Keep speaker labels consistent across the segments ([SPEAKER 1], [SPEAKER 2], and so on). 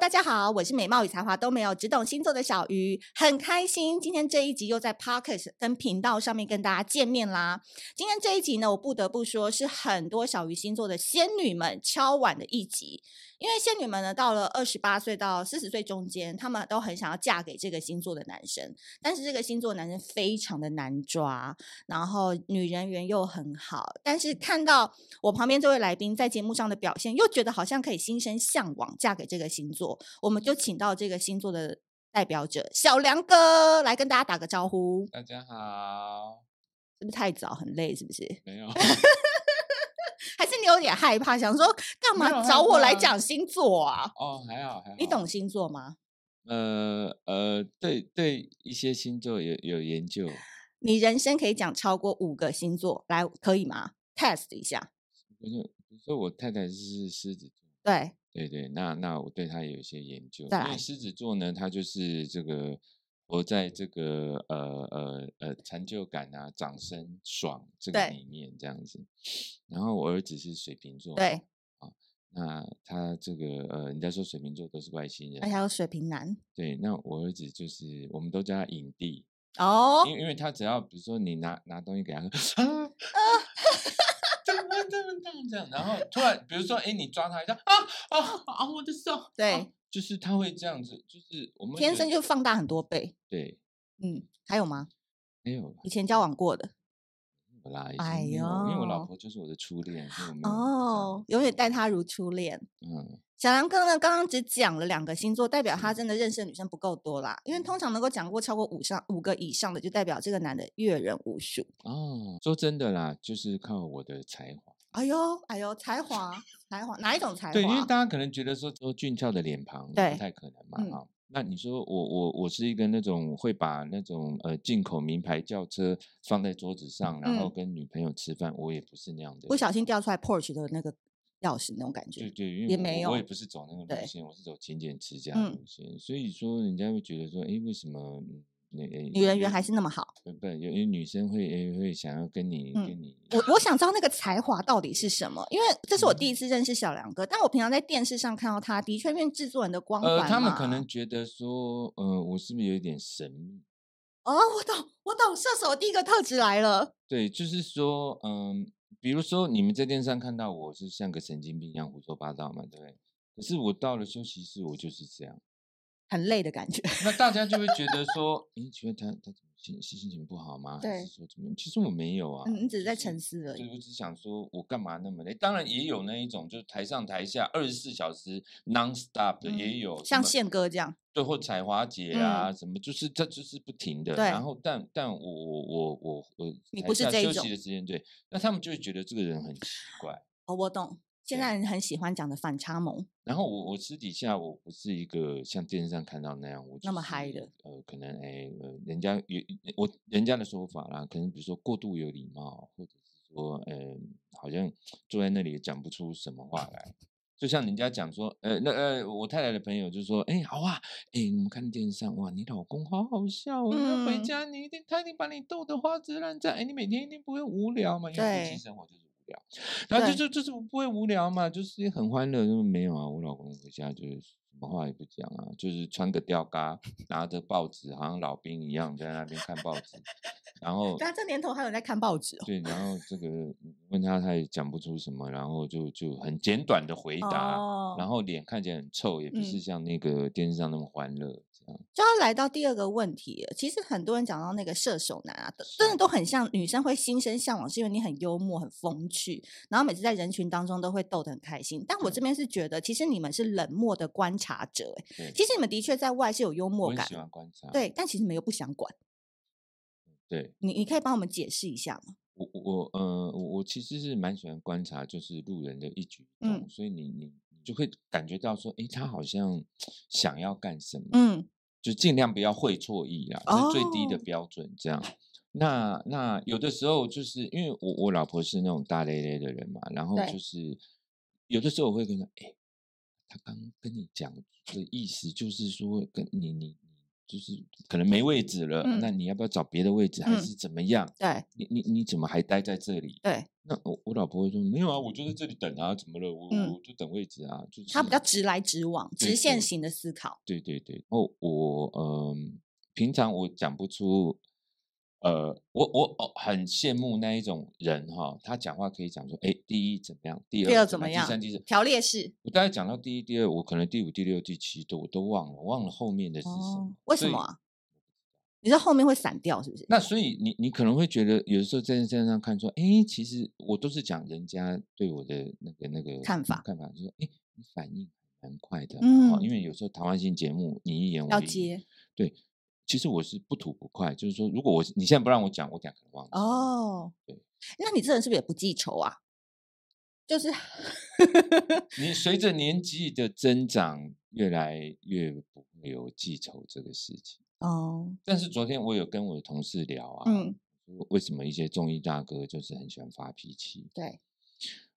[SPEAKER 1] 大家好，我是美貌与才华都没有，只懂星座的小鱼，很开心今天这一集又在 Pocket 跟频道上面跟大家见面啦。今天这一集呢，我不得不说是很多小鱼星座的仙女们敲碗的一集，因为仙女们呢到了二十八岁到四十岁中间，她们都很想要嫁给这个星座的男生，但是这个星座男生非常的难抓，然后女人缘又很好，但是看到我旁边这位来宾在节目上的表现，又觉得好像可以心生向往，嫁给这个星座，我们就请到这个星座的代表者小梁哥来跟大家打个招呼，
[SPEAKER 2] 大家好，
[SPEAKER 1] 是不是太早很累？是不是？
[SPEAKER 2] 没有
[SPEAKER 1] 还是你有点害怕，想说干
[SPEAKER 2] 没
[SPEAKER 1] 嘛
[SPEAKER 2] 有害
[SPEAKER 1] 找我来
[SPEAKER 2] 怕
[SPEAKER 1] 讲星座啊？
[SPEAKER 2] 哦，还好还好。
[SPEAKER 1] 你？懂星座吗？
[SPEAKER 2] 呃呃，对对，一些星座有有研究，
[SPEAKER 1] 你人生可以讲超过五个星座，来可以吗？test 一下，
[SPEAKER 2] 我就比如说我太太是狮子座，
[SPEAKER 1] 对，
[SPEAKER 2] 对对，那那我对她有一些研究，
[SPEAKER 1] 再
[SPEAKER 2] 因
[SPEAKER 1] 来
[SPEAKER 2] 为狮子座呢，它就是这个活在这个呃呃呃成就感啊、掌声、爽这个
[SPEAKER 1] 对
[SPEAKER 2] 里面这样子。然后我儿子是水瓶座，
[SPEAKER 1] 对，
[SPEAKER 2] 啊，那他这个呃，人家说水瓶座都是外星人
[SPEAKER 1] 而且还
[SPEAKER 2] 嘛，
[SPEAKER 1] 有水瓶男
[SPEAKER 2] 对，那我儿子就是我们都叫他影帝。
[SPEAKER 1] 哦，嗯
[SPEAKER 2] 因为因为他只要比如说你拿拿东西给他喝，啊， 怎么这么大这样？然后突然比如说哎，你抓他一下，啊啊啊，我的手，啊
[SPEAKER 1] 对，
[SPEAKER 2] 就是他会这样子，就是我们会
[SPEAKER 1] 天
[SPEAKER 2] 觉
[SPEAKER 1] 生
[SPEAKER 2] 得
[SPEAKER 1] 就放大很多倍。
[SPEAKER 2] 对，哎
[SPEAKER 1] 嗯，还有吗？
[SPEAKER 2] 没有啦
[SPEAKER 1] 以前交往过的
[SPEAKER 2] 没有啦，已
[SPEAKER 1] 哎
[SPEAKER 2] 经没有因为我
[SPEAKER 1] 哟
[SPEAKER 2] 老婆就是我的初恋，所以我没有这样
[SPEAKER 1] 哦，永远待他如初恋。
[SPEAKER 2] 嗯，
[SPEAKER 1] 小梁哥呢，刚刚只讲了两个星座，代表他真的认识的女生不够多啦。因为通常能够讲过超过五上五个以上的，就代表这个男的阅人无数。
[SPEAKER 2] 哦，说真的啦，就是靠我的才华。
[SPEAKER 1] 哎呦，哎呦，才华，才华，哪一种才华？
[SPEAKER 2] 对，因为大家可能觉得说周俊俏的脸庞不
[SPEAKER 1] 对
[SPEAKER 2] 太可能嘛
[SPEAKER 1] 嗯
[SPEAKER 2] 哈、那你说我我我是一个那种会把那种呃进口名牌轿车放在桌子上，然后
[SPEAKER 1] 嗯
[SPEAKER 2] 跟女朋友吃饭，我也不是那样的
[SPEAKER 1] 不
[SPEAKER 2] 人。
[SPEAKER 1] 小心掉出来 Porsche 的那个钥匙那种感觉。
[SPEAKER 2] 对对，因为
[SPEAKER 1] 也
[SPEAKER 2] 我
[SPEAKER 1] 没
[SPEAKER 2] 我我也
[SPEAKER 1] 有
[SPEAKER 2] 不是走那个
[SPEAKER 1] 对
[SPEAKER 2] 路线，我是走勤俭持家
[SPEAKER 1] 嗯
[SPEAKER 2] 路线、所以说人家会觉得说，哎，为什么嗯那
[SPEAKER 1] 女人缘还是那么好，
[SPEAKER 2] 呃不不，有有女生会诶会想要跟你、
[SPEAKER 1] 嗯
[SPEAKER 2] 跟你
[SPEAKER 1] 我我想知道那个才华到底是什么，因为这
[SPEAKER 2] 嗯
[SPEAKER 1] 是我第一次认识小梁哥，但我平常在电视上看到他，的确因为制作人的光环
[SPEAKER 2] 呃，
[SPEAKER 1] 嘛、
[SPEAKER 2] 他们可能觉得说，呃，我是不是有一点神秘？
[SPEAKER 1] 哦，我懂，我懂，射手第一个特质来了，
[SPEAKER 2] 对，就是说，嗯，比如说你们在电视上看到我是像个神经病一样胡说八道嘛，对不对？可是我到了休息室，我就是这样。
[SPEAKER 1] 很累的感觉。
[SPEAKER 2] 那大家就会觉得说，诶，请问他他怎么心心情不好吗？还
[SPEAKER 1] 对
[SPEAKER 2] 是说怎么样？其实我没有啊，
[SPEAKER 1] 嗯，你只是
[SPEAKER 2] 就嗯
[SPEAKER 1] 在沉思而
[SPEAKER 2] 对，
[SPEAKER 1] 已。
[SPEAKER 2] 我只想说，我干嘛那么累？当然也有那一种，就是台上台下二十四小时 non stop 的，
[SPEAKER 1] 嗯
[SPEAKER 2] 也有什
[SPEAKER 1] 像
[SPEAKER 2] 么
[SPEAKER 1] 宪哥这样，
[SPEAKER 2] 对，或彩华节啊，什么，就是它就是不停的。
[SPEAKER 1] 嗯对
[SPEAKER 2] 然后但，但我我我我我，
[SPEAKER 1] 你
[SPEAKER 2] 台
[SPEAKER 1] 不是
[SPEAKER 2] 下
[SPEAKER 1] 这一
[SPEAKER 2] 休
[SPEAKER 1] 种
[SPEAKER 2] 息的时间对，那他们就会觉得这个人很奇怪。
[SPEAKER 1] 哦，我懂。现
[SPEAKER 2] 对
[SPEAKER 1] 在人很喜欢讲的反差萌，
[SPEAKER 2] 然后我我私底下我不是一个像电视上看到那样，我
[SPEAKER 1] 那
[SPEAKER 2] 就
[SPEAKER 1] 么嗨的
[SPEAKER 2] 是，呃，可能哎、呃，人家有我人家的说法啦，可能比如说过度有礼貌，或者是说呃，好像坐在那里也讲不出什么话来。就像人家讲说，呃，那呃，我太太的朋友就说，哎、好啊，哎、我们看电视上，哇，你老公好好笑哦，他回
[SPEAKER 1] 嗯
[SPEAKER 2] 家你一定他一定把你逗得花枝乱颤，哎、你每天一定不会无聊嘛，因为夫
[SPEAKER 1] 对
[SPEAKER 2] 妻生活就是无聊。然后就
[SPEAKER 1] 对
[SPEAKER 2] 就就是不会无聊嘛，就是很欢乐。就没有啊，我老公回家就是什么话也不讲啊，就是穿个吊嘎，拿着报纸，好像老兵一样在那边看报纸。然后
[SPEAKER 1] 但这年头还有人在看报纸哦。
[SPEAKER 2] 对，然后这个问他，他也讲不出什么，然后就就很简短的回答，
[SPEAKER 1] 哦
[SPEAKER 2] 然后脸看起来很臭，也不
[SPEAKER 1] 嗯
[SPEAKER 2] 是像那个电视上那么欢乐这样。
[SPEAKER 1] 就要来到第二个问题了，其实很多人讲到那个射手男啊，都真的
[SPEAKER 2] 是
[SPEAKER 1] 都很像女生会心生向往，是因为你很幽默、很风趣，然后每次在人群当中都会逗得很开心。
[SPEAKER 2] 嗯
[SPEAKER 1] 但我这边是觉得，其实你们是冷漠的观察者、欸，
[SPEAKER 2] 对，
[SPEAKER 1] 其实你们的确在外是有幽
[SPEAKER 2] 我
[SPEAKER 1] 默
[SPEAKER 2] 很
[SPEAKER 1] 感
[SPEAKER 2] 喜，欢啊观察。
[SPEAKER 1] 对，但其实你们又不想管。
[SPEAKER 2] 对，
[SPEAKER 1] 你你可以帮我们解释一下吗？
[SPEAKER 2] 我我呃，我我其实是蛮喜欢观察，就是路人的一举一动，
[SPEAKER 1] 嗯
[SPEAKER 2] 所以你你你就会感觉到说，诶，他好像想要干什么，
[SPEAKER 1] 嗯，
[SPEAKER 2] 就尽量不要会错意啦，这是最低的
[SPEAKER 1] 哦
[SPEAKER 2] 标准。这样，那那有的时候就是因为我我老婆是那种大咧咧的人嘛，然后
[SPEAKER 1] 对
[SPEAKER 2] 就是有的时候我会跟她，诶，他刚跟你讲的意思就是说，跟你你你就是可能没位置了，
[SPEAKER 1] 嗯
[SPEAKER 2] 那你要不要找别的位置，还
[SPEAKER 1] 嗯
[SPEAKER 2] 是怎么样？
[SPEAKER 1] 对
[SPEAKER 2] 你你你怎么还待在这里？
[SPEAKER 1] 对，
[SPEAKER 2] 那我我老婆会说没有啊，我就在这里等啊，怎么了？我、
[SPEAKER 1] 嗯
[SPEAKER 2] 我就等位置啊，就是
[SPEAKER 1] 他比较直来直往、
[SPEAKER 2] 对
[SPEAKER 1] 直线
[SPEAKER 2] 对
[SPEAKER 1] 型的思考。
[SPEAKER 2] 对对对。哦，我嗯、平常我讲不出，呃，我我哦很羡慕那一种人哈、他讲话可以讲说，哎，第一怎么样，第
[SPEAKER 1] 第
[SPEAKER 2] 二
[SPEAKER 1] 二怎么
[SPEAKER 2] 第三
[SPEAKER 1] 样
[SPEAKER 2] 第四。
[SPEAKER 1] 条列式
[SPEAKER 2] 我大概讲到第一、第二，我可能第五、第六、第七都我都忘了，忘了后面的是什么。
[SPEAKER 1] 哦，为什
[SPEAKER 2] 所以
[SPEAKER 1] 么啊？你说后面会散掉是不是？
[SPEAKER 2] 那所以你你可能会觉得，有的时候在身上看说，哎，其实我都是讲人家对我的那个那个
[SPEAKER 1] 看法
[SPEAKER 2] 看法，就说，哎，你反应蛮快的啊，哦
[SPEAKER 1] 嗯
[SPEAKER 2] 因为有时候台湾性节目你一言我
[SPEAKER 1] 要
[SPEAKER 2] 一语，
[SPEAKER 1] 接
[SPEAKER 2] 对，其实我是不吐不快，就是说，如果我你现在不让我讲，我讲可能忘记，
[SPEAKER 1] 哦
[SPEAKER 2] 对。
[SPEAKER 1] 那你这人是不是也不记仇啊？ 就是
[SPEAKER 2] 你随着年纪的增长，越来越不会有记仇这个事情。
[SPEAKER 1] 哦，
[SPEAKER 2] 但是昨天我有跟我的同事聊啊，
[SPEAKER 1] 嗯，
[SPEAKER 2] 说为什么一些中医大哥就是很喜欢发脾气？
[SPEAKER 1] 对。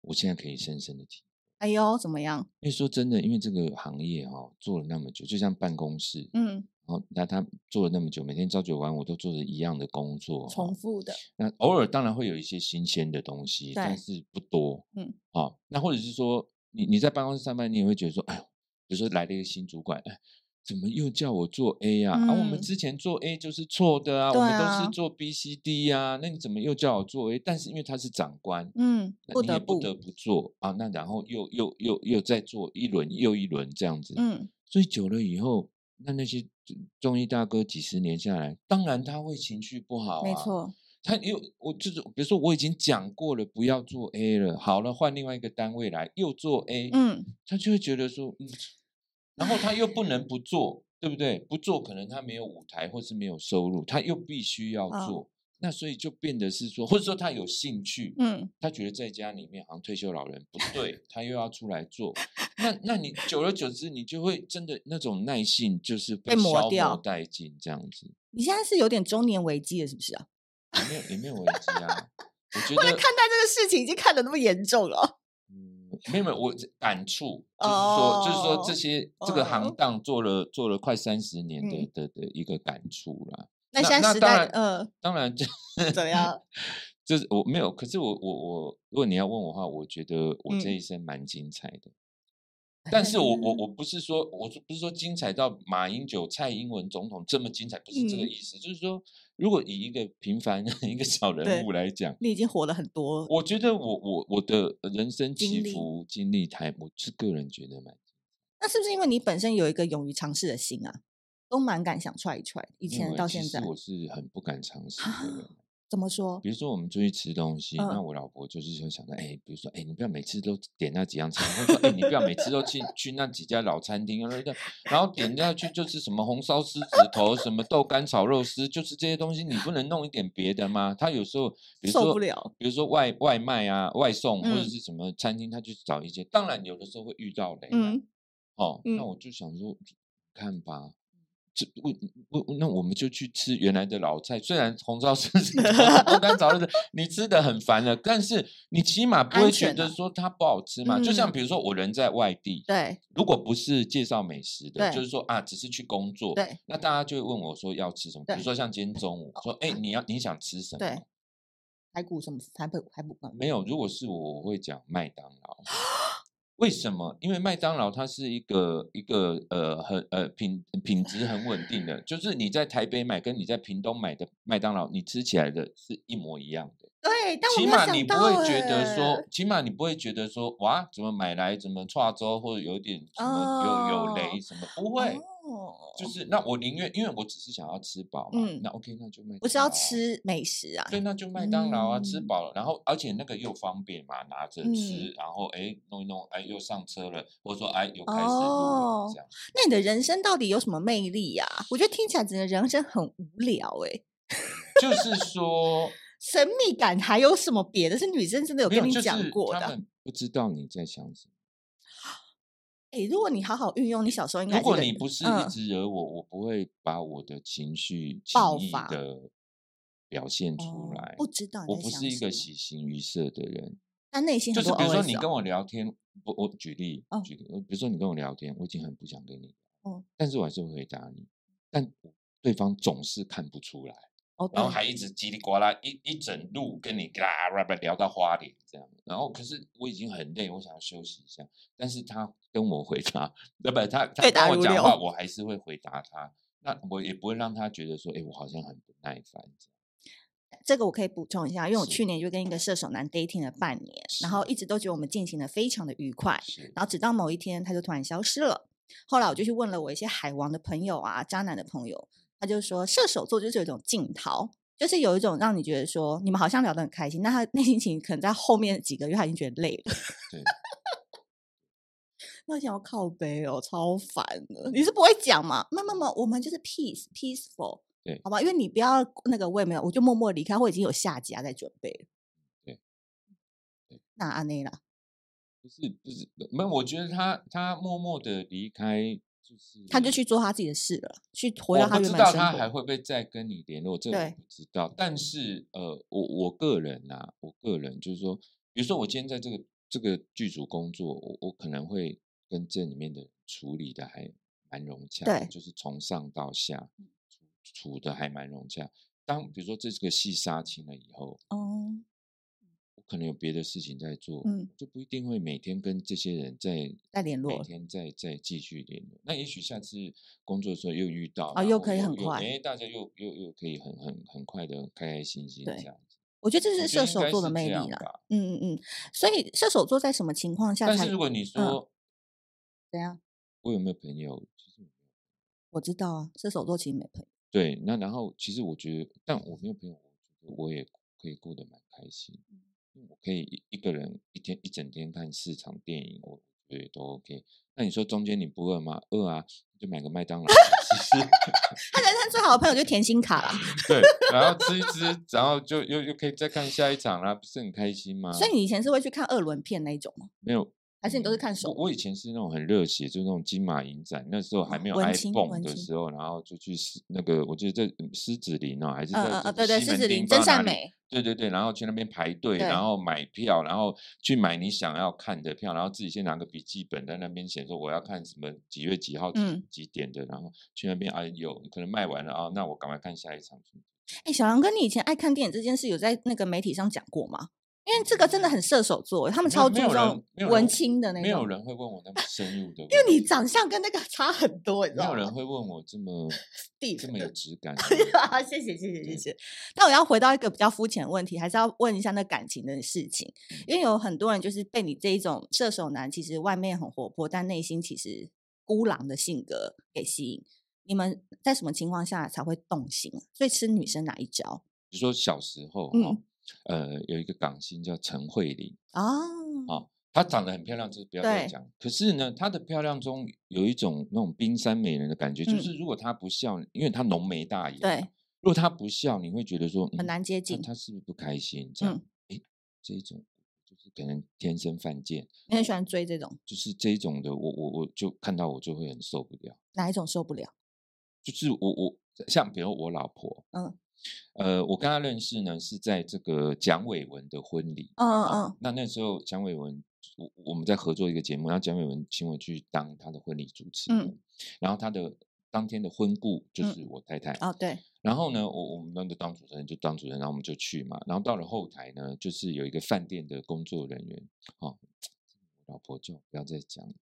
[SPEAKER 2] 我现在可以深深的体
[SPEAKER 1] 哎呦，怎么样？
[SPEAKER 2] 因为说真的，因为这个行业哈、做了那么久，就像办公室，然
[SPEAKER 1] 嗯，
[SPEAKER 2] 后那他做了那么久，每天朝九晚五都做着一样的工作哈、
[SPEAKER 1] 重复的，
[SPEAKER 2] 那偶尔当然会有一些新鲜的东西，但
[SPEAKER 1] 对
[SPEAKER 2] 是不多，
[SPEAKER 1] 嗯，
[SPEAKER 2] 好、那或者是说你你在办公室上班，你也会觉得说，哎呦，比如说来了一个新主管，哎。怎么又叫我做 A 呀、啊？我们
[SPEAKER 1] 嗯
[SPEAKER 2] 之前做 A 就是错的啊，我
[SPEAKER 1] 对
[SPEAKER 2] 们都
[SPEAKER 1] 啊
[SPEAKER 2] 是做 B、C、D 呀、啊，那你怎么又叫我做 A？但是因为他是长官，
[SPEAKER 1] 嗯，
[SPEAKER 2] 那
[SPEAKER 1] 不
[SPEAKER 2] 你也
[SPEAKER 1] 得
[SPEAKER 2] 不得不做啊，那然后又又又又再做一轮又一轮这样子，
[SPEAKER 1] 嗯，
[SPEAKER 2] 所以久了以后，那那些中医大哥几十年下来，当然他会情绪不好、啊，
[SPEAKER 1] 没，错，
[SPEAKER 2] 他又我就是比如说我已经讲过了，不要做 A 了，好了换另外一个单位来又做 A，、
[SPEAKER 1] 嗯，
[SPEAKER 2] 他就会觉得说，嗯，然后他又不能不做，对不对？不做可能他没有舞台或是没有收入，他又必须要
[SPEAKER 1] 啊
[SPEAKER 2] 做。那所以就变得是说，或者说他有兴趣，
[SPEAKER 1] 嗯，
[SPEAKER 2] 他觉得在家里面好像退休老人不 对，他又要出来做，那那你久而久之，你就会真的那种耐性就是被
[SPEAKER 1] 被磨
[SPEAKER 2] 消
[SPEAKER 1] 掉
[SPEAKER 2] 磨殆尽这样 子，
[SPEAKER 1] 你现在是有点中年危机了，是不是 啊？
[SPEAKER 2] 也没有也没有危机啊。我觉
[SPEAKER 1] 会不会
[SPEAKER 2] 得，
[SPEAKER 1] 看待这个事情已经看得那么严重了？
[SPEAKER 2] 嗯，没有没有，我感触就是说，就是说
[SPEAKER 1] 哦
[SPEAKER 2] 这些这个
[SPEAKER 1] 哦
[SPEAKER 2] 行当做了做了快三十年的
[SPEAKER 1] 嗯
[SPEAKER 2] 的的一个感触啦。
[SPEAKER 1] 那
[SPEAKER 2] 那
[SPEAKER 1] 现在
[SPEAKER 2] 那
[SPEAKER 1] 时
[SPEAKER 2] 当
[SPEAKER 1] 代，
[SPEAKER 2] 然
[SPEAKER 1] 呃，
[SPEAKER 2] 当然就
[SPEAKER 1] 怎么样？
[SPEAKER 2] 就是我没有，可是我我我，如果你要问我的话，我觉得我这
[SPEAKER 1] 嗯
[SPEAKER 2] 一生蛮精彩 的。但是我我我不是说，我是不是说精彩到马英九、蔡英文总统这么精彩，不是这个
[SPEAKER 1] 嗯
[SPEAKER 2] 意思。就是说，如果以一个平凡 一个小
[SPEAKER 1] 对
[SPEAKER 2] 人物来讲，
[SPEAKER 1] 你已经活了很多，
[SPEAKER 2] 我觉得我我我的人生
[SPEAKER 1] 经
[SPEAKER 2] 起
[SPEAKER 1] 历
[SPEAKER 2] 伏经历台，我是个人觉得蛮。
[SPEAKER 1] 那是不是因为你本身有一个勇于尝试的心啊？都蛮敢想踹一踹，以
[SPEAKER 2] 以
[SPEAKER 1] 前到现在，
[SPEAKER 2] 我是很不敢尝试的 人。
[SPEAKER 1] 怎么说？
[SPEAKER 2] 比如说我们出去吃东西，那
[SPEAKER 1] 嗯
[SPEAKER 2] 我老婆就是会想到，哎、比如说，哎、你不要每次都点那几样菜，或者说，哎、你不要每次都去去那几家老餐厅，然后然后点下去就是什么红烧狮子头，什么豆干炒肉丝，就是这些东西，你不能弄一点别的吗？他有时候，比如
[SPEAKER 1] 受
[SPEAKER 2] 说
[SPEAKER 1] 不了，
[SPEAKER 2] 比如说外外卖啊、外送或者
[SPEAKER 1] 嗯
[SPEAKER 2] 是什么餐厅，他去找一些，当然有的时候会遇到雷啦，
[SPEAKER 1] 嗯，
[SPEAKER 2] 哦，那
[SPEAKER 1] 嗯
[SPEAKER 2] 我就想说，看吧，这我我那我们就去吃原来的老菜，虽然红烧 狮 子头、豆干炒肉丝你吃的很烦了，但是你起码不
[SPEAKER 1] 安
[SPEAKER 2] 会觉
[SPEAKER 1] 全
[SPEAKER 2] 得
[SPEAKER 1] 啊
[SPEAKER 2] 说它不好吃嘛。就像
[SPEAKER 1] 嗯
[SPEAKER 2] 比如说我人在外地，
[SPEAKER 1] 对
[SPEAKER 2] 如果不是介绍美食的，
[SPEAKER 1] 对
[SPEAKER 2] 就是说啊，只是去工作，
[SPEAKER 1] 对
[SPEAKER 2] 那大家就会问我说要吃什么，比
[SPEAKER 1] 对
[SPEAKER 2] 如说像今天中午说，哎，你要你想吃什么？
[SPEAKER 1] 对，排骨什么排骨排骨罐，
[SPEAKER 2] 没有，如果是我，我会讲麦当劳。为什么？因为麦当劳它是一个一个呃很呃品品质很稳定的，就是你在台北买跟你在屏东买的麦当劳，你吃起来的是一模一样的。
[SPEAKER 1] 对，但哎我
[SPEAKER 2] 起
[SPEAKER 1] 没有
[SPEAKER 2] 码你
[SPEAKER 1] 想
[SPEAKER 2] 不
[SPEAKER 1] 到，哎
[SPEAKER 2] 会觉得说，，起码你不会觉得说，哇，怎么买来怎么跨州或者有点什么有有
[SPEAKER 1] 哦
[SPEAKER 2] 雷什么，不会，
[SPEAKER 1] 哦，
[SPEAKER 2] 就是那我宁愿，因为我只是想要吃饱嘛，
[SPEAKER 1] 嗯
[SPEAKER 2] 那 OK，那就麦当劳啊。
[SPEAKER 1] 不是要吃美食啊，
[SPEAKER 2] 对，那就麦当劳啊，吃
[SPEAKER 1] 嗯
[SPEAKER 2] 饱了，然后而且那个又方便嘛，拿着吃，
[SPEAKER 1] 嗯
[SPEAKER 2] 然后哎弄一弄，哎又上车了，或者说哎又开始录
[SPEAKER 1] 哦
[SPEAKER 2] 了这样。
[SPEAKER 1] 那你的人生到底有什么魅力呀、我觉得听起来整个人生很无聊哎、
[SPEAKER 2] 就是说，
[SPEAKER 1] 神秘感还有什么别的？是女生真 的有
[SPEAKER 2] 没有
[SPEAKER 1] 跟你
[SPEAKER 2] 就是
[SPEAKER 1] 讲过的
[SPEAKER 2] 他
[SPEAKER 1] 啊？
[SPEAKER 2] 们不知道你在想什么。
[SPEAKER 1] 哎、如果你好好运用，你小时候应该
[SPEAKER 2] 如
[SPEAKER 1] 是
[SPEAKER 2] 果
[SPEAKER 1] 个
[SPEAKER 2] 你不是
[SPEAKER 1] 嗯
[SPEAKER 2] 一直惹我，我不会把我的情绪
[SPEAKER 1] 爆
[SPEAKER 2] 轻易
[SPEAKER 1] 发
[SPEAKER 2] 的表现出
[SPEAKER 1] 哦
[SPEAKER 2] 来。
[SPEAKER 1] 不知道你
[SPEAKER 2] 我
[SPEAKER 1] 在
[SPEAKER 2] 不
[SPEAKER 1] 想
[SPEAKER 2] 是一
[SPEAKER 1] 什
[SPEAKER 2] 个
[SPEAKER 1] 么
[SPEAKER 2] 喜形于色的人，
[SPEAKER 1] 但内心
[SPEAKER 2] 就
[SPEAKER 1] 很
[SPEAKER 2] 是
[SPEAKER 1] 多
[SPEAKER 2] 比如
[SPEAKER 1] OS
[SPEAKER 2] 说
[SPEAKER 1] 哦、
[SPEAKER 2] 你跟我聊天，我我举例
[SPEAKER 1] 哦
[SPEAKER 2] 举例，比如说你跟我聊天，我已经很不想跟你，
[SPEAKER 1] 哦
[SPEAKER 2] 但是我还是会回答你，但我对方总是看不出来，
[SPEAKER 1] 哦，
[SPEAKER 2] 然后
[SPEAKER 1] 对
[SPEAKER 2] 还一直叽里呱啦一一整路跟你啦啦啦聊到花莲这样，然后可是我已经很累，我想要休息一下，但是他跟我回答， 那不他他
[SPEAKER 1] 对答
[SPEAKER 2] 跟我
[SPEAKER 1] 如
[SPEAKER 2] 讲
[SPEAKER 1] 流
[SPEAKER 2] 话，我还是会回答他，那我也不会让他觉得说，哎，我好像很不耐烦这样。
[SPEAKER 1] 这个我可以补充一下，因为我
[SPEAKER 2] 是
[SPEAKER 1] 去年就跟一个射手男 dating 了半年，然
[SPEAKER 2] 是
[SPEAKER 1] 后一直都觉得我们进行的非常的愉快，
[SPEAKER 2] 是
[SPEAKER 1] 然后直到某一天他就突然消失了。后来我就去问了我一些海王的朋友啊、渣男的朋友，他就说射手座就是有一种劲逃，就是有一种让你觉得说你们好像聊得很开心，但他内心其实可能在后面几个月他已经觉得累了。
[SPEAKER 2] 对，
[SPEAKER 1] 那我想要靠背哦，超烦的。你是不会讲嘛？没有没有没有，我们就是 peace peaceful，
[SPEAKER 2] 对
[SPEAKER 1] 好吧？因为你不要那个，我也没有，我就默默离开，我已经有下家在准备了。
[SPEAKER 2] 对对，
[SPEAKER 1] 那安内啦，
[SPEAKER 2] 不是不是，没有，我觉得他他默默的离开，就是
[SPEAKER 1] 他就去做他自己的事了，去回到
[SPEAKER 2] 我
[SPEAKER 1] 他
[SPEAKER 2] 不
[SPEAKER 1] 原
[SPEAKER 2] 知
[SPEAKER 1] 本
[SPEAKER 2] 道
[SPEAKER 1] 生
[SPEAKER 2] 嗯哦他还
[SPEAKER 1] 活。
[SPEAKER 2] 会不会再跟你联络，这
[SPEAKER 1] 对嗯
[SPEAKER 2] 我不知道。但是呃，我我个人呐、我个人就是说，比如说我今天在这个这个剧组工作，我我可能会跟这里面的人处理的还蛮融洽的，
[SPEAKER 1] 对嗯
[SPEAKER 2] 就是从上到下处处的还蛮融洽。当比如说这个戏杀青了以后，
[SPEAKER 1] 哦，
[SPEAKER 2] 我可能有别的事情在做，
[SPEAKER 1] 嗯，
[SPEAKER 2] 就不一定会每天跟这些人在
[SPEAKER 1] 再联络
[SPEAKER 2] 每天再再继续联络。那也许下次工作的时候又遇到，
[SPEAKER 1] 哦
[SPEAKER 2] 然
[SPEAKER 1] 又
[SPEAKER 2] 后
[SPEAKER 1] 可以很快
[SPEAKER 2] 哎，大家又又又可以很很很快的开开心心这
[SPEAKER 1] 对
[SPEAKER 2] 样子。
[SPEAKER 1] 我觉得这是
[SPEAKER 2] 我
[SPEAKER 1] 射
[SPEAKER 2] 觉得
[SPEAKER 1] 手
[SPEAKER 2] 应该
[SPEAKER 1] 座的
[SPEAKER 2] 是这
[SPEAKER 1] 魅力
[SPEAKER 2] 样
[SPEAKER 1] 啦。
[SPEAKER 2] 吧。
[SPEAKER 1] 嗯嗯嗯，所以射手座在什么情况下
[SPEAKER 2] 但
[SPEAKER 1] 才
[SPEAKER 2] 是如果你说
[SPEAKER 1] 怎样？
[SPEAKER 2] 我有没有朋友，其实我没有
[SPEAKER 1] 我知道啊，射手座其实没朋友。
[SPEAKER 2] 对，那然后其实我觉得，但我没有朋友，我觉得我也可以过得蛮开心，
[SPEAKER 1] 嗯
[SPEAKER 2] 因为我可以一一个人一天一整天看四场电影，我觉得都 OK。那你说中间你不饿吗？饿啊，就买个麦当劳。其实
[SPEAKER 1] 他人生最好的朋友就是甜心卡 啦，
[SPEAKER 2] 对，然后吃一吃，然后就又又可以再看下一场啦，不是很开心吗？
[SPEAKER 1] 所以你以前是会去看二轮片那一种吗？
[SPEAKER 2] 没有，
[SPEAKER 1] 还是你都是看
[SPEAKER 2] 嗯我
[SPEAKER 1] 手
[SPEAKER 2] 我以前是那种很热血，就那种金马影展，那时候还没有
[SPEAKER 1] 文青
[SPEAKER 2] iPhone
[SPEAKER 1] 文
[SPEAKER 2] 的
[SPEAKER 1] 青
[SPEAKER 2] 时候，然后就去狮那个，我记得在狮子林哦，还是在
[SPEAKER 1] 嗯嗯嗯，
[SPEAKER 2] 这
[SPEAKER 1] 对
[SPEAKER 2] 个
[SPEAKER 1] 对，
[SPEAKER 2] 西
[SPEAKER 1] 狮
[SPEAKER 2] 门
[SPEAKER 1] 子
[SPEAKER 2] 町
[SPEAKER 1] 林、
[SPEAKER 2] 不知
[SPEAKER 1] 真
[SPEAKER 2] 道哪
[SPEAKER 1] 善
[SPEAKER 2] 里
[SPEAKER 1] 美，
[SPEAKER 2] 对对对，然后去那边排队，
[SPEAKER 1] 对
[SPEAKER 2] 然后买票，然后去买你想要看的票，然后自己先拿个笔记本在那边写说我要看什么几月几号几、
[SPEAKER 1] 嗯
[SPEAKER 2] 几点的，然后去那边啊有可能卖完了啊，那我赶快看下一场。
[SPEAKER 1] 哎，小杨哥，你以前爱看电影这件事有在那个媒体上讲过吗？因为这个真的很射手座，他们
[SPEAKER 2] 没
[SPEAKER 1] 超
[SPEAKER 2] 有
[SPEAKER 1] 注
[SPEAKER 2] 没有人
[SPEAKER 1] 重
[SPEAKER 2] 没有
[SPEAKER 1] 文
[SPEAKER 2] 人
[SPEAKER 1] 青的那
[SPEAKER 2] 没有
[SPEAKER 1] 种，
[SPEAKER 2] 人会问我那么深入的问题，
[SPEAKER 1] 因为你长相跟那个 差很多，你知
[SPEAKER 2] 没
[SPEAKER 1] 道吗？
[SPEAKER 2] 有人会问我 这么
[SPEAKER 1] 地
[SPEAKER 2] 这
[SPEAKER 1] 的
[SPEAKER 2] 么有质感的问 题。
[SPEAKER 1] 对啊谢谢谢谢
[SPEAKER 2] 嗯
[SPEAKER 1] 谢谢。但我要回到一个比较肤浅的问题，还是要问一下那感情的事情，
[SPEAKER 2] 嗯
[SPEAKER 1] 因为有很多人就是被你这一种射手男，其实外面很活泼，但内心其实孤狼的性格给吸引。你们在什么情况下才会动心啊？最吃女生哪一招
[SPEAKER 2] 比如说小时候哈、
[SPEAKER 1] 嗯
[SPEAKER 2] 呃，有一个港星叫陈慧琳，
[SPEAKER 1] 啊？
[SPEAKER 2] 哦她长得很漂亮，这不要再
[SPEAKER 1] 对
[SPEAKER 2] 讲。可是呢，她的漂亮中有一种那种冰山美人的感觉，就
[SPEAKER 1] 嗯
[SPEAKER 2] 是如果她不笑，因为她浓眉大眼，
[SPEAKER 1] 对，
[SPEAKER 2] 如果她不笑，你会觉得说、嗯、
[SPEAKER 1] 很难接
[SPEAKER 2] 她
[SPEAKER 1] 近，
[SPEAKER 2] 她是不是不开心？这样，
[SPEAKER 1] 嗯
[SPEAKER 2] 诶这一种就是可能天生犯贱，
[SPEAKER 1] 你很喜欢追这种
[SPEAKER 2] 就是这一种的，我我我就看到我就会很受不了。
[SPEAKER 1] 哪一种受不了？
[SPEAKER 2] 就是我我像比如我老婆，
[SPEAKER 1] 嗯，
[SPEAKER 2] 呃，我跟她认识呢是在这个蒋伟文的婚礼，
[SPEAKER 1] 嗯嗯
[SPEAKER 2] 啊
[SPEAKER 1] 嗯，
[SPEAKER 2] 那那时候蒋伟文，我我们在合作一个节目，然后蒋伟文请我去当他的婚礼主持人，
[SPEAKER 1] 嗯
[SPEAKER 2] 然后他的当天的婚顾就
[SPEAKER 1] 嗯
[SPEAKER 2] 是我太太，
[SPEAKER 1] 哦对，
[SPEAKER 2] 然后呢，我我们那就当主持人就当主持人，然后我们就去嘛。然后到了后台呢，就是有一个饭店的工作人员，哦，老婆就不要再讲了，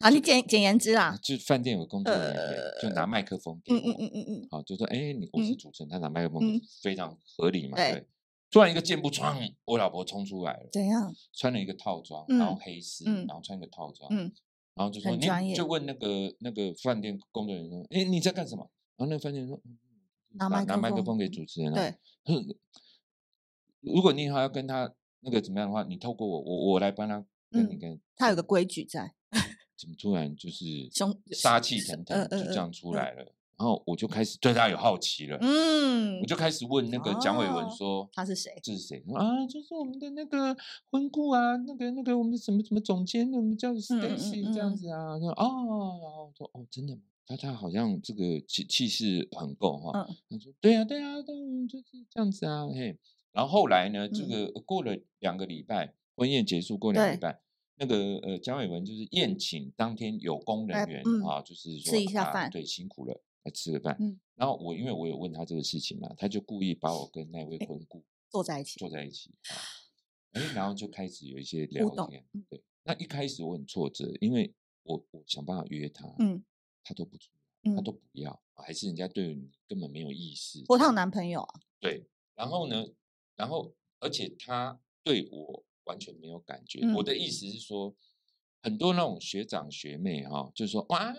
[SPEAKER 1] 啊，你简简言之啦，
[SPEAKER 2] 就饭店有个工作人员、就拿麦克风给
[SPEAKER 1] 啊呃嗯
[SPEAKER 2] 我，
[SPEAKER 1] 嗯嗯嗯嗯，
[SPEAKER 2] 好，就说哎、你我是
[SPEAKER 1] 嗯
[SPEAKER 2] 主持人，他拿麦克
[SPEAKER 1] 嗯
[SPEAKER 2] 风非常合理嘛，
[SPEAKER 1] 对
[SPEAKER 2] 对。突然一个箭步，唰，我老婆冲出来了，
[SPEAKER 1] 怎样？
[SPEAKER 2] 穿了一个套装，然后
[SPEAKER 1] 嗯
[SPEAKER 2] 黑丝，
[SPEAKER 1] 嗯
[SPEAKER 2] 然后穿一个套装，
[SPEAKER 1] 嗯
[SPEAKER 2] 然后就说
[SPEAKER 1] 很专
[SPEAKER 2] 你
[SPEAKER 1] 业
[SPEAKER 2] 就问那个那个饭店工作人员说，哎，你在干什么？然后那个饭店说嗯
[SPEAKER 1] 拿
[SPEAKER 2] 把
[SPEAKER 1] 麦
[SPEAKER 2] 拿
[SPEAKER 1] 克
[SPEAKER 2] 麦克
[SPEAKER 1] 风嗯
[SPEAKER 2] 风给主持人啊，
[SPEAKER 1] 对，
[SPEAKER 2] 他说如果你以后要跟他那个怎么样的话，你透过我，我我来帮他跟你
[SPEAKER 1] 嗯
[SPEAKER 2] 跟
[SPEAKER 1] 他有个规矩在，
[SPEAKER 2] 怎么突然就是
[SPEAKER 1] 胸
[SPEAKER 2] 杀气腾腾
[SPEAKER 1] 呃
[SPEAKER 2] 就
[SPEAKER 1] 呃
[SPEAKER 2] 这
[SPEAKER 1] 呃
[SPEAKER 2] 样出
[SPEAKER 1] 呃
[SPEAKER 2] 来了，然后我就开始对他有好奇了，
[SPEAKER 1] 嗯
[SPEAKER 2] 我，就开始问那个蒋伟文
[SPEAKER 1] 哦
[SPEAKER 2] 说
[SPEAKER 1] 他是谁？
[SPEAKER 2] 这是谁？他说啊，就是我们的那个婚顾啊，那个那个我们什么什么总监，我们叫 Stacy 这
[SPEAKER 1] 嗯
[SPEAKER 2] 样子啊。他说哦，然后我说哦，真的吗？他他好像这个气气势很够哈。
[SPEAKER 1] 嗯
[SPEAKER 2] 他说对啊对啊，对，我们就是这样子啊，嘿。然后后来呢，这
[SPEAKER 1] 嗯
[SPEAKER 2] 个呃过了两个礼拜，婚宴结束过两个礼
[SPEAKER 1] 对
[SPEAKER 2] 拜。那个呃，蒋伟文就是宴请当天有功
[SPEAKER 1] 哎
[SPEAKER 2] 人员、
[SPEAKER 1] 嗯
[SPEAKER 2] 啊，就是说
[SPEAKER 1] 吃一下
[SPEAKER 2] 啊
[SPEAKER 1] 饭
[SPEAKER 2] 对，辛苦了，来吃个饭。
[SPEAKER 1] 嗯
[SPEAKER 2] 然后我因为我有问他这个事情嘛，他就故意把我跟那位婚顾
[SPEAKER 1] 坐在一起，
[SPEAKER 2] 坐在一起，啊哎，然后就开始有一些聊
[SPEAKER 1] 动
[SPEAKER 2] 天
[SPEAKER 1] 嗯。
[SPEAKER 2] 对，那一开始我很挫折，因为我我想办法约他，
[SPEAKER 1] 嗯
[SPEAKER 2] 他都不出，
[SPEAKER 1] 嗯
[SPEAKER 2] 他，都不要，还是人家对你根本没有意思。
[SPEAKER 1] 不过她有男朋友啊，
[SPEAKER 2] 对，然后呢，
[SPEAKER 1] 嗯
[SPEAKER 2] 然后而且他对我完全没有感觉。我
[SPEAKER 1] 嗯
[SPEAKER 2] 的意思是说，很多那种学长学妹哈、就说哇，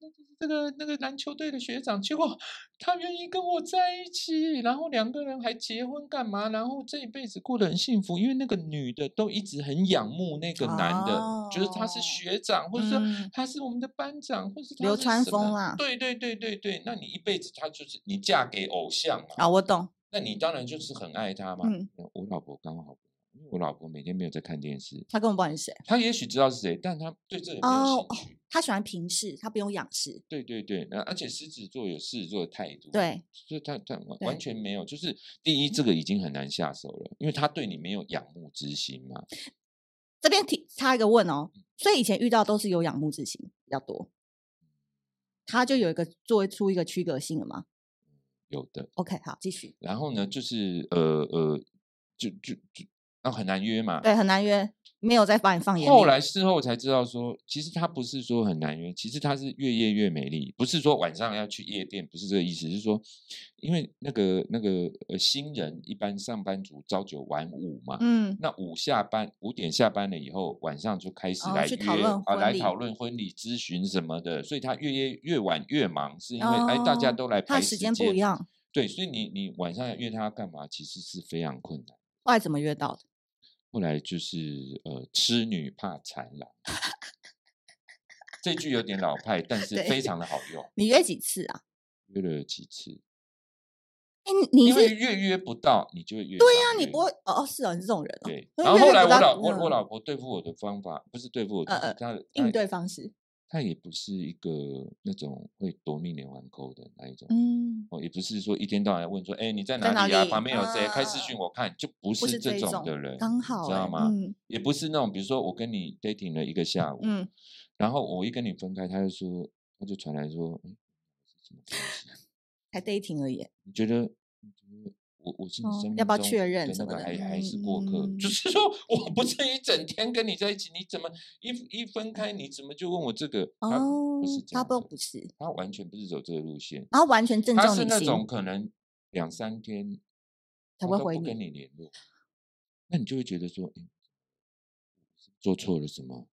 [SPEAKER 2] 那个这个那个篮球队的学长，结果他愿意跟我在一起，然后两个人还结婚干嘛？然后这一辈子过得很幸福，因为那个女的都一直很仰慕那个男的，就是他是
[SPEAKER 1] 哦
[SPEAKER 2] 学长，或者说
[SPEAKER 1] 嗯
[SPEAKER 2] 他是我们的班长，或是他
[SPEAKER 1] 流
[SPEAKER 2] 是
[SPEAKER 1] 川
[SPEAKER 2] 什么
[SPEAKER 1] 枫啦
[SPEAKER 2] 对对对对对，那你一辈子他就是你嫁给偶像嘛。
[SPEAKER 1] 啊，我懂，
[SPEAKER 2] 那你当然就是很爱他嘛。
[SPEAKER 1] 嗯
[SPEAKER 2] 我老婆刚好，因为我老婆每天没有在看电视，
[SPEAKER 1] 她根本不知道你是谁，
[SPEAKER 2] 她也许知道是谁，但她对这个没
[SPEAKER 1] 哦
[SPEAKER 2] 有
[SPEAKER 1] 哦
[SPEAKER 2] 兴趣。
[SPEAKER 1] 她喜欢平视，她不用仰视，
[SPEAKER 2] 对对对，那而且狮子座有狮子座的态度，，啊
[SPEAKER 1] 对，
[SPEAKER 2] 所以他他完
[SPEAKER 1] 对
[SPEAKER 2] 完全没有，就是第一，这个已经很难下手了，因为他对你没有仰慕之心嘛。
[SPEAKER 1] 这边提插一个问哦，
[SPEAKER 2] 嗯
[SPEAKER 1] 所以以前遇到都是有仰慕之心比较多，
[SPEAKER 2] 嗯
[SPEAKER 1] 他就有一个做出一个区隔性了吗
[SPEAKER 2] 有的，
[SPEAKER 1] ？OK，好，继续。
[SPEAKER 2] 然后呢，就是呃呃，就就就，那、很难约嘛。
[SPEAKER 1] 对，很难约，没有再把你放眼里。
[SPEAKER 2] 后来事后才知道说，其实他不是说很难约，其实他是越夜越美丽，不是说晚上要去夜店，不是这个意思，是说因为那个那个呃新人一般上班族朝九晚五嘛。
[SPEAKER 1] 嗯，
[SPEAKER 2] 那五下班五点下班了以后，晚上就开始
[SPEAKER 1] 哦
[SPEAKER 2] 来
[SPEAKER 1] 去
[SPEAKER 2] 约、
[SPEAKER 1] 讨论
[SPEAKER 2] 啊，
[SPEAKER 1] 婚
[SPEAKER 2] 来
[SPEAKER 1] 礼
[SPEAKER 2] 讨论婚礼咨询什么的，所以他越夜越晚越忙，是因为、哎大家
[SPEAKER 1] 哦
[SPEAKER 2] 都来
[SPEAKER 1] 他
[SPEAKER 2] 排
[SPEAKER 1] 的时间不一，样，
[SPEAKER 2] 对，所以你你晚上要约他干嘛，其实是非常困难。
[SPEAKER 1] 后来怎么约到的？
[SPEAKER 2] 后来就是呃，痴女怕缠郎，这句有点老派，但是
[SPEAKER 1] 对
[SPEAKER 2] 非常的好用。
[SPEAKER 1] 你约几次啊？
[SPEAKER 2] 约了几次，
[SPEAKER 1] 哎，你
[SPEAKER 2] 因为
[SPEAKER 1] 是
[SPEAKER 2] 越约不到，你就会越
[SPEAKER 1] 对
[SPEAKER 2] 呀、
[SPEAKER 1] 呀，你不会哦哦，是哦，你是这种人哦。
[SPEAKER 2] 对。
[SPEAKER 1] 因为
[SPEAKER 2] 然后
[SPEAKER 1] 越
[SPEAKER 2] 后
[SPEAKER 1] 约
[SPEAKER 2] 来
[SPEAKER 1] 不
[SPEAKER 2] 我
[SPEAKER 1] 到
[SPEAKER 2] 老我我
[SPEAKER 1] 嗯
[SPEAKER 2] 老婆对付我的方法，不是对付我，就
[SPEAKER 1] 呃
[SPEAKER 2] 是
[SPEAKER 1] 呃
[SPEAKER 2] 她她
[SPEAKER 1] 应对方式，
[SPEAKER 2] 她也不是一个那种会夺命连环扣的那一种。
[SPEAKER 1] 嗯，
[SPEAKER 2] 哦，也不是说一天到晚问说，哎，你在
[SPEAKER 1] 在哪
[SPEAKER 2] 哪里啊？
[SPEAKER 1] 里
[SPEAKER 2] 旁边有谁？开视
[SPEAKER 1] 啊
[SPEAKER 2] 讯我看，就不
[SPEAKER 1] 不
[SPEAKER 2] 是
[SPEAKER 1] 是这
[SPEAKER 2] 这
[SPEAKER 1] 一
[SPEAKER 2] 种的
[SPEAKER 1] 种
[SPEAKER 2] 人，
[SPEAKER 1] 刚好
[SPEAKER 2] 知道
[SPEAKER 1] 欸
[SPEAKER 2] 吗？
[SPEAKER 1] 嗯
[SPEAKER 2] 也不是那种，比如说我跟你 dating 了一个下午，
[SPEAKER 1] 嗯，
[SPEAKER 2] 然后我一跟你分开，他就说，他就传来说，嗯，是什么关系？
[SPEAKER 1] 才 dating 而已。
[SPEAKER 2] 你觉得，你觉得我我是你
[SPEAKER 1] 哦
[SPEAKER 2] 生命
[SPEAKER 1] 要不要
[SPEAKER 2] 中
[SPEAKER 1] 确认
[SPEAKER 2] 的
[SPEAKER 1] 什
[SPEAKER 2] 那
[SPEAKER 1] 么
[SPEAKER 2] 个
[SPEAKER 1] 的
[SPEAKER 2] 还还是过客？就
[SPEAKER 1] 嗯
[SPEAKER 2] 是说，我不是一整天跟你在一起，你怎么一一分开，你怎么就问我这个？他
[SPEAKER 1] 哦
[SPEAKER 2] 不是，这
[SPEAKER 1] 他
[SPEAKER 2] 样
[SPEAKER 1] 不
[SPEAKER 2] 的，
[SPEAKER 1] 不是，
[SPEAKER 2] 他完全不是走这个路线，
[SPEAKER 1] 然后完全正
[SPEAKER 2] 他
[SPEAKER 1] 中
[SPEAKER 2] 是
[SPEAKER 1] 你
[SPEAKER 2] 那
[SPEAKER 1] 心，
[SPEAKER 2] 种可能两三天
[SPEAKER 1] 才
[SPEAKER 2] 他
[SPEAKER 1] 会
[SPEAKER 2] 都
[SPEAKER 1] 回
[SPEAKER 2] 不跟
[SPEAKER 1] 你。
[SPEAKER 2] 你联络，那你就会觉得说，诶做错了什么？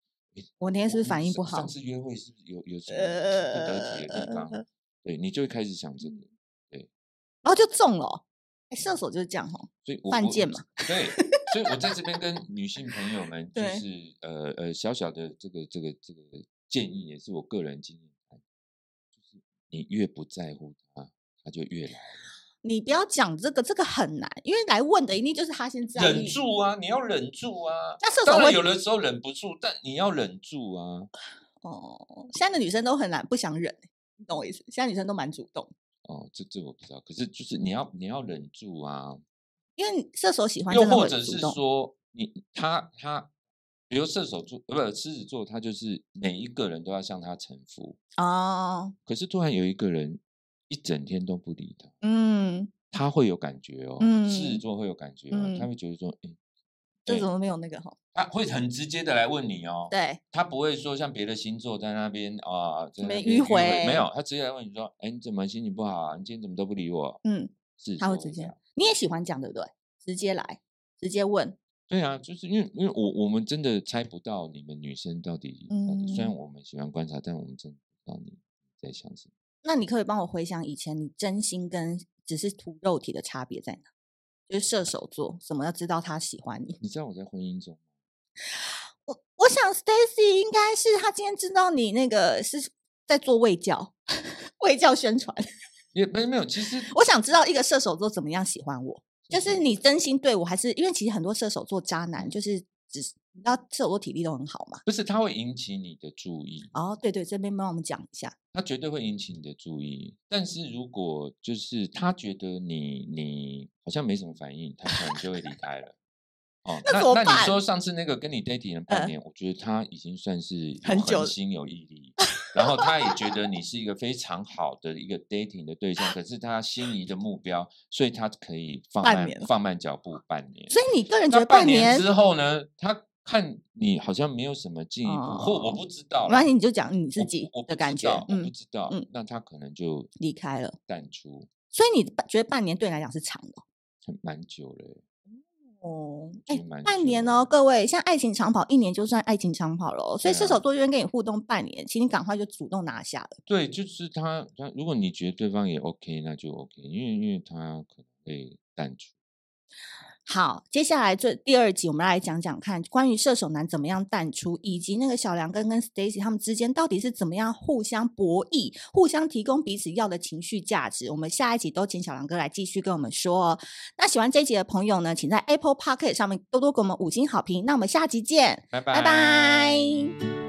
[SPEAKER 1] 我那天是不
[SPEAKER 2] 我
[SPEAKER 1] 是反应不
[SPEAKER 2] 上
[SPEAKER 1] 好
[SPEAKER 2] 上？次约会是不是有有什么不得体的地方？
[SPEAKER 1] 呃，嗯
[SPEAKER 2] 对你就会开始想这个，
[SPEAKER 1] 然后就中了哦。哎，射手就是这样哦。
[SPEAKER 2] 所以我
[SPEAKER 1] 犯
[SPEAKER 2] 我
[SPEAKER 1] 贱嘛，
[SPEAKER 2] 对，所以我在这边 跟女性朋友们就
[SPEAKER 1] 对
[SPEAKER 2] 是呃呃小小的这个这个这个建议，也是我个人经验谈，就是你越不在乎他，他就越来
[SPEAKER 1] 你不要讲这个，这个很难，因为来问的一定就是他先在
[SPEAKER 2] 忍
[SPEAKER 1] 意。
[SPEAKER 2] 住啊，你要忍住啊。
[SPEAKER 1] 那射手
[SPEAKER 2] 当然
[SPEAKER 1] 会
[SPEAKER 2] 有的时候忍不住，但你要忍住啊。
[SPEAKER 1] 哦，现在的女生都很难不想忍，你懂我意思？现在女生都蛮主动，
[SPEAKER 2] 哦，这这我不知道，可是就是你要你要忍住啊。
[SPEAKER 1] 因为射手喜欢
[SPEAKER 2] 又
[SPEAKER 1] 真的
[SPEAKER 2] 或
[SPEAKER 1] 会
[SPEAKER 2] 者
[SPEAKER 1] 主
[SPEAKER 2] 是
[SPEAKER 1] 动。
[SPEAKER 2] 说，你他他，比如射手座，呃不，狮子座，他就是每一个人都要向他臣服。
[SPEAKER 1] 哦，
[SPEAKER 2] 可是突然有一个人一整天都不理他，
[SPEAKER 1] 嗯，
[SPEAKER 2] 他会有感觉哦，狮子
[SPEAKER 1] 嗯
[SPEAKER 2] 座会有感觉哦，他
[SPEAKER 1] 嗯
[SPEAKER 2] 会觉得说，哎、
[SPEAKER 1] 这
[SPEAKER 2] 对
[SPEAKER 1] 怎么没有那个哈？
[SPEAKER 2] 他会很直接的来问你哦，
[SPEAKER 1] 对，
[SPEAKER 2] 他不会说像别的星座在那边啊，在
[SPEAKER 1] 什么
[SPEAKER 2] 那边
[SPEAKER 1] 迂
[SPEAKER 2] 没
[SPEAKER 1] 回
[SPEAKER 2] 有，他直接来问你说，哎，你怎么心情不好啊？你今天怎么都不理我？
[SPEAKER 1] 嗯，
[SPEAKER 2] 是
[SPEAKER 1] 他会直接。你也喜欢讲对不对？直接来，直接问。
[SPEAKER 2] 对啊，就是因为因为我我们真的猜不到你们女生到底，到底
[SPEAKER 1] 嗯
[SPEAKER 2] 虽然我们喜欢观察，但我们真的不知道你在想什么。
[SPEAKER 1] 那你可不可以帮我回想以前你真心跟只是图肉体的差别在哪？就是射手座，什么要知道他喜欢你？
[SPEAKER 2] 你知道我在婚姻中，
[SPEAKER 1] 我我想 Stacy 应该是他今天知道你那个是在做卫教， 卫教宣传。
[SPEAKER 2] 也没没有，其实
[SPEAKER 1] 我想知道一个射手座怎么样喜欢我，哦就是你真心对我，还是因为其实很多射手座渣男就是只是你知道射手座体力都很好嘛。
[SPEAKER 2] 不是他会引起你的注意，
[SPEAKER 1] 哦，对对，这边帮我们讲一下。
[SPEAKER 2] 他绝对会引起你的注意。但是如果就是他觉得你你好像没什么反应，他可能就会离开了。哦，
[SPEAKER 1] 那
[SPEAKER 2] 那
[SPEAKER 1] 怎么
[SPEAKER 2] 那
[SPEAKER 1] 办
[SPEAKER 2] 你说上次那个跟你 dating 了
[SPEAKER 1] 嗯
[SPEAKER 2] 半年，我觉得他已经算是有
[SPEAKER 1] 很久了
[SPEAKER 2] 心有毅力，然后他也 觉得你是一个非常好的一个 dating 的对象，可是他心仪的目标，所以他可以放
[SPEAKER 1] 半
[SPEAKER 2] 慢
[SPEAKER 1] 年
[SPEAKER 2] 放慢脚步半年。
[SPEAKER 1] 所以你个人觉得
[SPEAKER 2] 那
[SPEAKER 1] 半
[SPEAKER 2] 半
[SPEAKER 1] 年，
[SPEAKER 2] 之后呢，他看你好像没有什么进一步，或我
[SPEAKER 1] 哦
[SPEAKER 2] 不知道啦，
[SPEAKER 1] 没关系，你就讲你
[SPEAKER 2] 我
[SPEAKER 1] 自
[SPEAKER 2] 不
[SPEAKER 1] 己
[SPEAKER 2] 我不
[SPEAKER 1] 的
[SPEAKER 2] 知
[SPEAKER 1] 感觉
[SPEAKER 2] 道，我不
[SPEAKER 1] 嗯，
[SPEAKER 2] 知道
[SPEAKER 1] 嗯，
[SPEAKER 2] 那他可能就
[SPEAKER 1] 离开了。
[SPEAKER 2] 淡出，
[SPEAKER 1] 所以你觉得半年对你来讲是长的
[SPEAKER 2] 很蛮久了欸。
[SPEAKER 1] 哦？
[SPEAKER 2] 其
[SPEAKER 1] 哎、
[SPEAKER 2] 实蛮
[SPEAKER 1] 半
[SPEAKER 2] 久
[SPEAKER 1] 年
[SPEAKER 2] 的
[SPEAKER 1] 哦，各位，像爱情长跑，一年就算爱情长跑了哦、所以
[SPEAKER 2] 对
[SPEAKER 1] 射
[SPEAKER 2] 啊
[SPEAKER 1] 手座这边跟你互动半年，请你赶快就主动拿下了。
[SPEAKER 2] 对，就是他，他如果你觉得对方也 OK，那就 OK，因为因为他可能会淡出。
[SPEAKER 1] 好，接下来这第二集，我们来讲讲看关于射手男怎么样淡出，以及那个小梁根跟 Stacy 他们之间到底是怎么样互相博弈、互相提供彼此要的情绪价值。我们下一集都请小梁哥来继续跟我们说哦。那喜欢这一集的朋友呢，请在 Apple p o c k e t 上面多多给我们五星好评。那我们下集见，
[SPEAKER 2] 拜
[SPEAKER 1] 拜
[SPEAKER 2] 拜
[SPEAKER 1] 拜